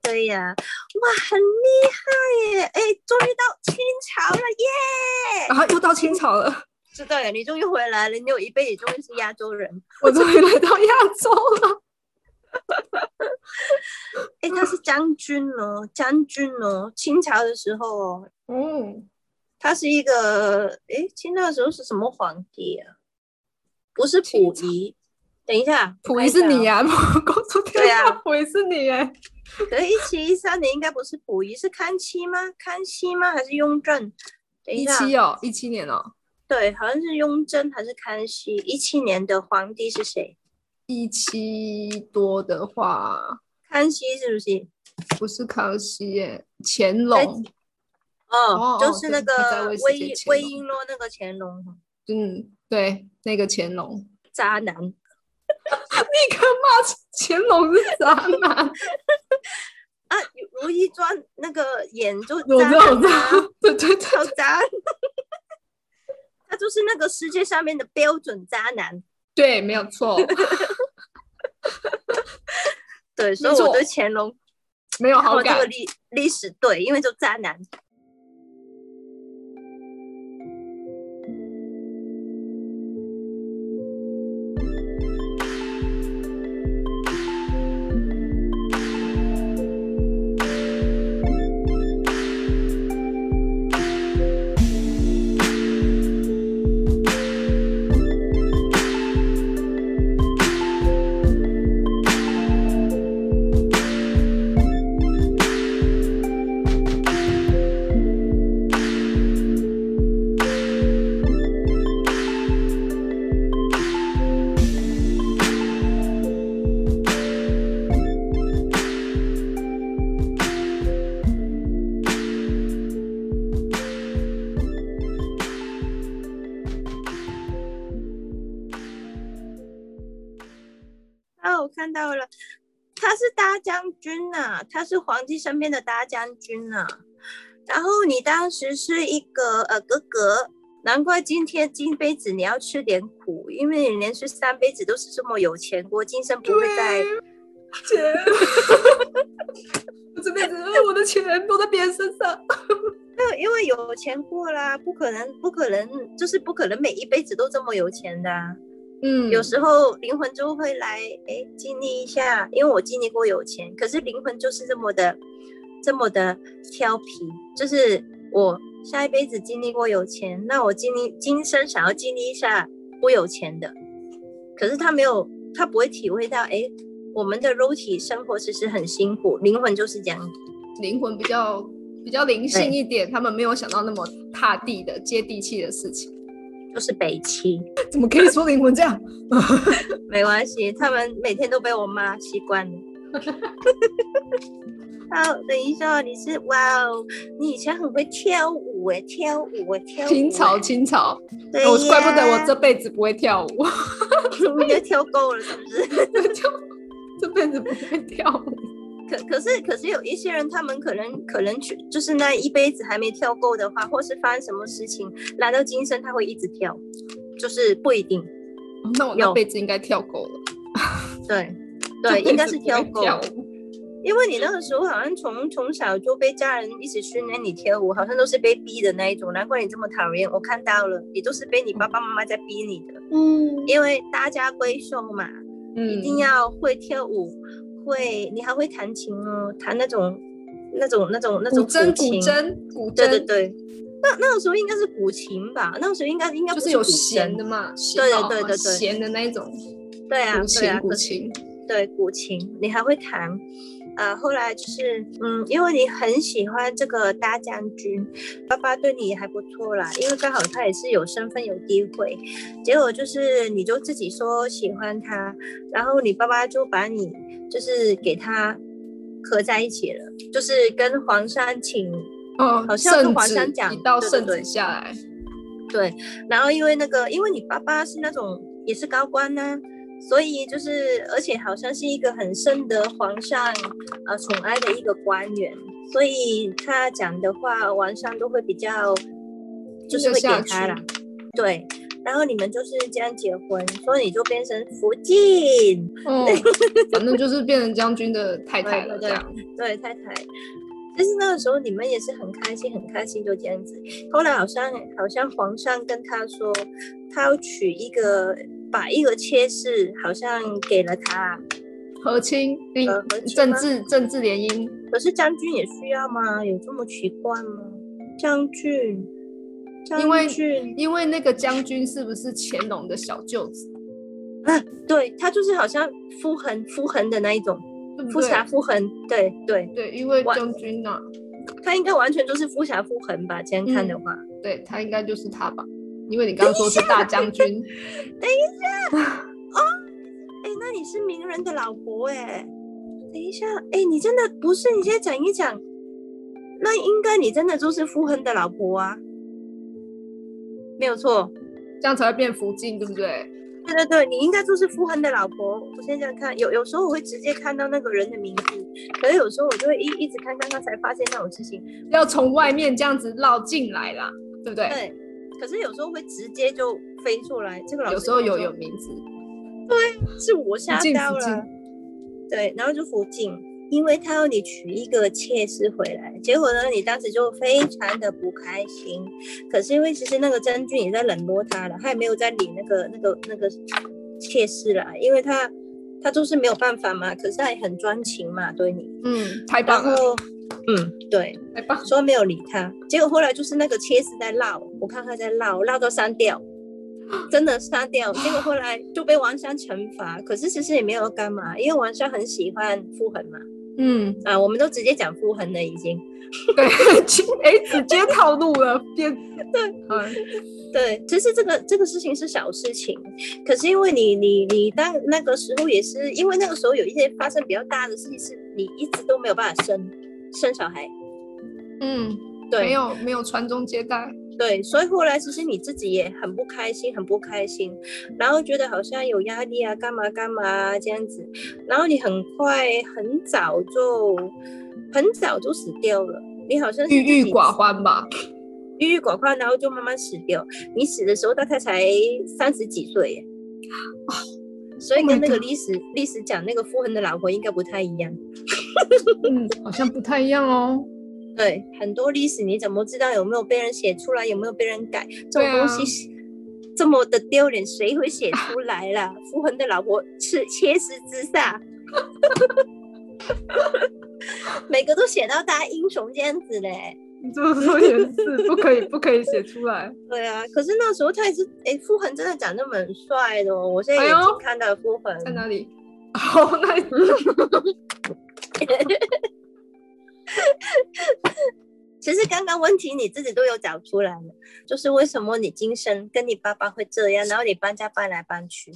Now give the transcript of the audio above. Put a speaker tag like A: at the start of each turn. A: 對啊，哇，很厲害耶！哎、欸，終於到清朝了耶！
B: 然後又到清朝 了，
A: 是的，你終於回來了，你有一輩子終於是亞洲人，
B: 我終於來到亞洲了。
A: 哎、欸，他是將軍哦，將軍哦，清朝的時候哦，
B: 嗯，
A: 他是一個哎、欸，清朝的時候是什麼皇帝啊？不是溥儀，等一下，
B: 溥儀是你呀、啊，我告訴
A: 對呀、啊，
B: 溥儀是你哎、欸，
A: 可是一七一三年應該不是溥儀，是康熙嗎？康熙嗎？還是雍正？等一啊
B: 七哦，一七年哦，
A: 對，好像是雍正還是康熙？一七年的皇帝是誰？
B: 一七多的話，
A: 康熙是不是？
B: 不是康熙耶，乾隆。
A: 哦，
B: 哦
A: 就是那個
B: 對
A: 魏
B: 魏
A: 瓔珞那個乾隆。
B: 嗯，對，那個乾隆。
A: 渣男，
B: 立刻罵乾隆是渣男。
A: 啊，如懿傳那個演就
B: 我
A: 渣
B: 知道，我
A: 男
B: 知道
A: 啊，，
B: 對對對，
A: 超渣。他就是那個世界上面的標準渣男。
B: 对，没有错。
A: 对，所以
B: 没错
A: 我对乾隆
B: 没有好
A: 我这
B: 感
A: 个。历历史对，因为就渣男。啊，我看到了，他是大将军呐、他是皇帝身边的大将军呐、然后你当时是一个呃格格，难怪今天金杯子你要吃点苦，因为你连续三杯子都是这么有钱过，今生不会再。
B: 钱，我这辈子呃我的钱都在别人身上。
A: 那因为有钱过啦，不可能，不可能，就是不可能每一辈子都这么有钱的、啊。
B: 嗯，
A: 有时候灵魂就会来，哎，经历一下，因为我经历过有钱，可是灵魂就是这么的，这么的调皮，就是我下一辈子经历过有钱，那我经历今生想要经历一下不有钱的，可是他没有，他不会体会到，哎，我们的肉体生活其实很辛苦，灵魂就是这样，
B: 灵魂比较比较灵性一点，他们没有想到那么踏地的接地气的事情。
A: 就是北七，
B: 怎么可以说灵魂这样？
A: 没关系，他们每天都被我妈习惯了。 好，等一下，你是哇哦，你以前很会跳舞哎，跳舞哎，跳舞哎。
B: 清朝，清朝，
A: 对
B: 我怪不得我
A: 呀
B: 这辈子不会跳舞，
A: 你都跳够了是不是？
B: 这辈子不会跳舞。
A: 可可是可是有一些人，他们可能可能去就是那一辈子还没跳够的话，或是发生什么事情，来到今生他会一直跳，就是不一定。
B: 那我那
A: 有
B: 辈子应该跳够了，
A: 对对，
B: 这辈子
A: 应该是
B: 不会
A: 跳够。
B: 跳舞
A: 因为你那个时候好像从从小就被家人一起训练你跳舞，好像都是被逼的那一种，难怪你这么讨厌。我看到了，你都是被你爸爸妈妈在逼你的，
B: 嗯
A: 因为大家闺秀嘛，一定要会跳舞，会你还会弹琴哦，弹那种那种那种那
B: 古
A: 种
B: 筝，古
A: 琴，
B: 筝，古
A: 对对
B: 筝，
A: 对。那那个时候应该是古琴吧？那个时候应该应该
B: 就
A: 不
B: 是有
A: 古
B: 弦
A: 筝
B: 的，嘛，
A: 对
B: 弦哦
A: 对对对对
B: 弦的那一种。
A: 对啊
B: 古
A: 对
B: 琴，
A: 啊，
B: 古
A: 可是
B: 琴，
A: 对古琴，你还会弹。呃，后来就是，嗯，因为你很喜欢这个大将军，爸爸对你也还不错啦，因为刚好他也是有身份有地位，结果就是你就自己说喜欢他，然后你爸爸就把你就是给他合在一起了，就是跟皇上请
B: 嗯，
A: 好像是
B: 圣
A: 华
B: 旨
A: 山讲
B: 一道
A: 对对
B: 圣
A: 对
B: 旨 下来，
A: 对，然后因为那个，因为你爸爸是那种也是高官呐、所以就是而且好像是一个很深得皇上呃宠爱的一个官员，所以他讲的话，皇上都会比较就是会给
B: 下
A: 他
B: 去
A: 啦。对，然后你们就是这样结婚，所以你就变成福晋，
B: 嗯，反正就是变成将军的太太了，
A: 对
B: 这
A: 对对
B: 样。
A: 对太太。但是那个时候你们也是很开心，很开心就这样子。后来好像好像皇上跟他说，他要娶一个，把一个妾室好像给了他。
B: 和亲，嗯
A: 呃和亲
B: 政
A: 吗
B: 治政治联姻，
A: 可是将军也需要吗？有这么奇怪吗？将军，
B: 因为
A: 将军，
B: 因为那个将军是不是乾隆的小舅子，
A: 对他就是好像傅恒傅恒的那一种，
B: 对不
A: 傅
B: 嗯对？
A: 霞傅恒，对对，
B: 对，因为
A: 哇
B: 将军啊，
A: 他应该完全就是傅霞傅恒吧？这样看
B: 嗯
A: 的话，
B: 对他应该就是他吧，因为你刚刚说是大 将军，
A: 哎、那你是名人的老婆哎、等一下，哎、你真的不是？你现在讲一讲，那应该你真的就是傅恒的老婆啊，没有错。
B: 这样才会变福晋，对不对？
A: 对对对，你应该就是傅恒的老婆。我现在看，有有时候我会直接看到那个人的名字，可是有时候我就会一一直看看他，才发现那种事情。
B: 要从外面这样子绕进来啦，对不对？
A: 对，可是有时候会直接就飞出来。这个老师
B: 有时候
A: 跟我说
B: 有有名字，
A: 是我吓
B: 福晋
A: 到
B: 福晋
A: 了。对，然后就福晋，因为他要你娶一个妾室回来，结果呢，你当时就非常的不开心。可是因为其实那个真君也在冷落他了，他也没有在理那个那个那个妾室啦，因为他他就是没有办法嘛，可是他也很专情嘛，对你。
B: 嗯，太
A: 然
B: 棒了，
A: 后，嗯，对，
B: 太棒了，
A: 说没有理他，结果后来就是那个切丝在绕，我看他在绕，绕到删 掉，真的删掉。结果后来就被王湘惩罚，可是其实也没有干嘛，因为王湘很喜欢傅恒嘛，
B: 嗯，
A: 啊，我们都直接讲傅恒了已经。
B: 对， 哎，直接套路了， 变嗯对，
A: 对，其实这个这个事情是小事情，可是因为你你你当那个时候也是因为那个时候有一些发生比较大的事情，是你一直都没有办法生生小孩，
B: 嗯，
A: 对，
B: 没有没有传宗接代，
A: 对，所以后来其实你自己也很不开心，很不开心，然后觉得好像有压力啊，干嘛干嘛啊这样子，然后你很快很早就很早就死掉了，你好像是
B: 郁郁
A: 自己
B: 寡欢吧，
A: 郁郁寡欢，然后就慢慢死掉。你死的时候大概才三十几岁耶，所以
B: 啊 Oh my
A: 跟那个
B: God
A: 历史历史讲那个傅恒的老婆应该不太一样。
B: 嗯，好像不太一样哦，
A: 对，很多历史你怎么知道有没有被人写出来，有没有被人改？这
B: 对
A: 种
B: 啊
A: 东西是这么的丢脸，谁会写出来啦？傅恒的老婆是切实之煞，每个都写到大英雄这样子嘞。
B: 你这么说也是，不可以不可以写出来，
A: 对啊，可是那时候他也是，哎，傅恒真的长得蛮帅的哦。我现在
B: 哎
A: 眼
B: 呦
A: 睛看到了傅恒，
B: 在哪里？ 好，那
A: 其实刚刚问题你自己都有找出来了，就是为什么你今生跟你爸爸会这样，然后你搬家搬来搬去。